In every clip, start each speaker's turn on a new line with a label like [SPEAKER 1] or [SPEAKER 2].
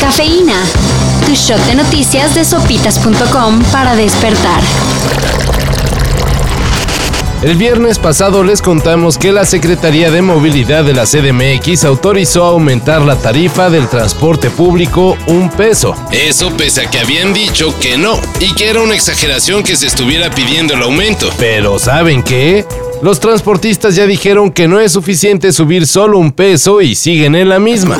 [SPEAKER 1] Cafeína. Tu shot de noticias de sopitas.com para despertar.
[SPEAKER 2] El viernes pasado les contamos que la Secretaría de Movilidad de la CDMX autorizó aumentar la tarifa del transporte público un peso. Eso pese a que habían dicho que no y que era una exageración que se estuviera pidiendo el aumento. Pero ¿saben qué? Los transportistas ya dijeron que no es suficiente subir solo un peso y siguen en la misma.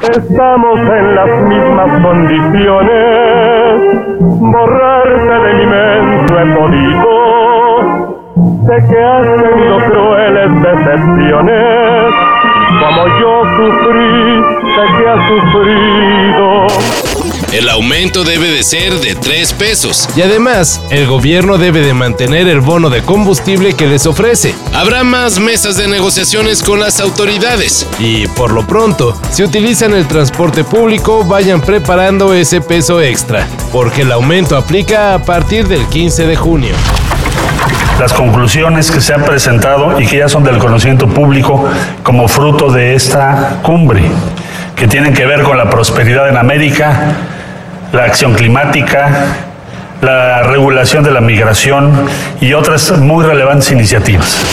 [SPEAKER 3] Estamos en las mismas condiciones. Borrarte de mi mente he podido. Sé que has tenido crueles decepciones. Como yo sufrí, sé que has sufrido.
[SPEAKER 2] El aumento debe de ser de 3 pesos. Y además, el gobierno debe de mantener el bono de combustible que les ofrece. Habrá más mesas de negociaciones con las autoridades. Y por lo pronto, si utilizan el transporte público, vayan preparando ese peso extra, porque el aumento aplica a partir del 15 de junio
[SPEAKER 4] las conclusiones que se han presentado y que ya son del conocimiento público como fruto de esta cumbre, que tienen que ver con la prosperidad en América, la acción climática, la regulación de la migración y otras muy relevantes iniciativas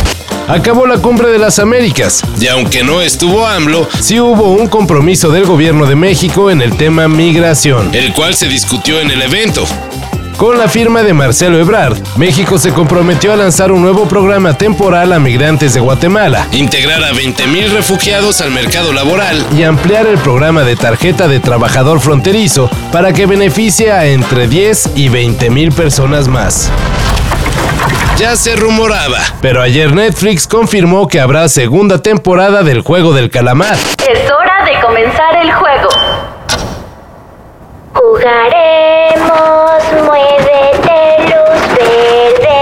[SPEAKER 2] acabó la cumbre de las Américas. Y aunque no estuvo AMLO, sí hubo un compromiso del gobierno de México en el tema migración, el cual se discutió en el evento. Con la firma de Marcelo Ebrard, México se comprometió a lanzar un nuevo programa temporal a migrantes de Guatemala, integrar a 20.000 refugiados al mercado laboral y ampliar el programa de tarjeta de trabajador fronterizo para que beneficie a entre 10 y 20.000 personas más ya se rumoraba. Pero ayer Netflix confirmó que habrá segunda temporada del juego del calamar.
[SPEAKER 5] Es hora de comenzar el juego. Jugaremos, muévete, luz verde.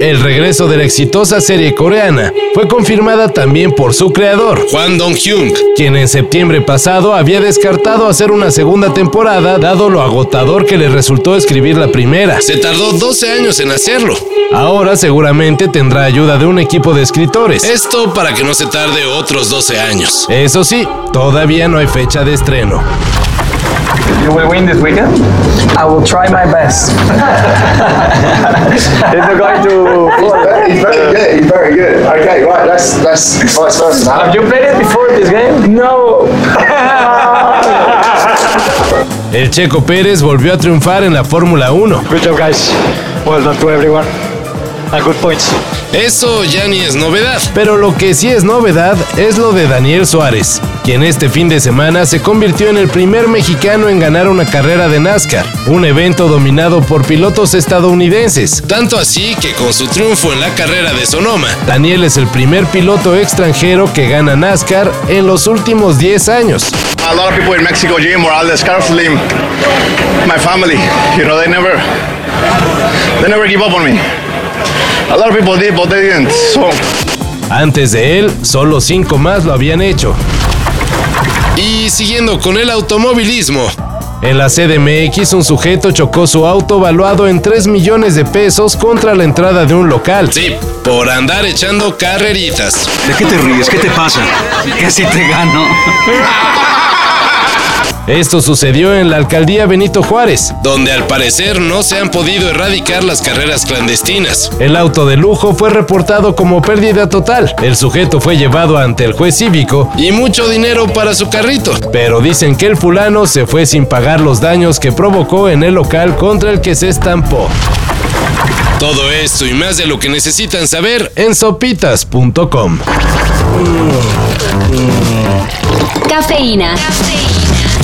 [SPEAKER 2] El regreso de la exitosa serie coreana fue confirmada también por su creador, Juan Dong-hyung, quien en septiembre pasado había descartado hacer una segunda temporada dado lo agotador que le resultó escribir la primera. Se tardó 12 años en hacerlo. Ahora seguramente tendrá ayuda de un equipo de escritores. Esto para que no se tarde otros 12 años. Eso sí, todavía no hay fecha de estreno.
[SPEAKER 6] You will win this weekend?
[SPEAKER 7] I will try my best.
[SPEAKER 6] it's going to.
[SPEAKER 8] He's very good. He's very good. Okay, right. That's that's vice versa. now.
[SPEAKER 6] Have you played it before this game?
[SPEAKER 7] No.
[SPEAKER 2] El Checo Pérez volvió a triunfar en la Fórmula 1.
[SPEAKER 9] Good job, guys. Well done to everyone. And good points.
[SPEAKER 2] Eso ya ni es novedad. Pero lo que sí es novedad es lo de Daniel Suárez, quien este fin de semana se convirtió en el primer mexicano en ganar una carrera de NASCAR, un evento dominado por pilotos estadounidenses. Tanto así que con su triunfo en la carrera de Sonoma, Daniel es el primer piloto extranjero que gana NASCAR en los últimos 10 años.
[SPEAKER 10] A lot of people in Mexico, Jimmy Morales, Carlos Slim, my family, you know, they never, they never give up on me. A lot of people did, but they didn't. So.
[SPEAKER 2] Antes de él, solo cinco más lo habían hecho. Y siguiendo con el automovilismo. En la CDMX un sujeto chocó su auto valuado en 3 millones de pesos contra la entrada de un local. Sí, por andar echando carreritas.
[SPEAKER 11] ¿De qué te ríes? ¿Qué te pasa? Casi te gano.
[SPEAKER 2] Esto sucedió en la alcaldía Benito Juárez, donde al parecer no se han podido erradicar las carreras clandestinas. El auto de lujo fue reportado como pérdida total. El sujeto fue llevado ante el juez cívico y mucho dinero para su carrito. Pero dicen que el fulano se fue sin pagar los daños que provocó en el local contra el que se estampó. Todo esto y más de lo que necesitan saber en sopitas.com.
[SPEAKER 1] Cafeína. Cafeína.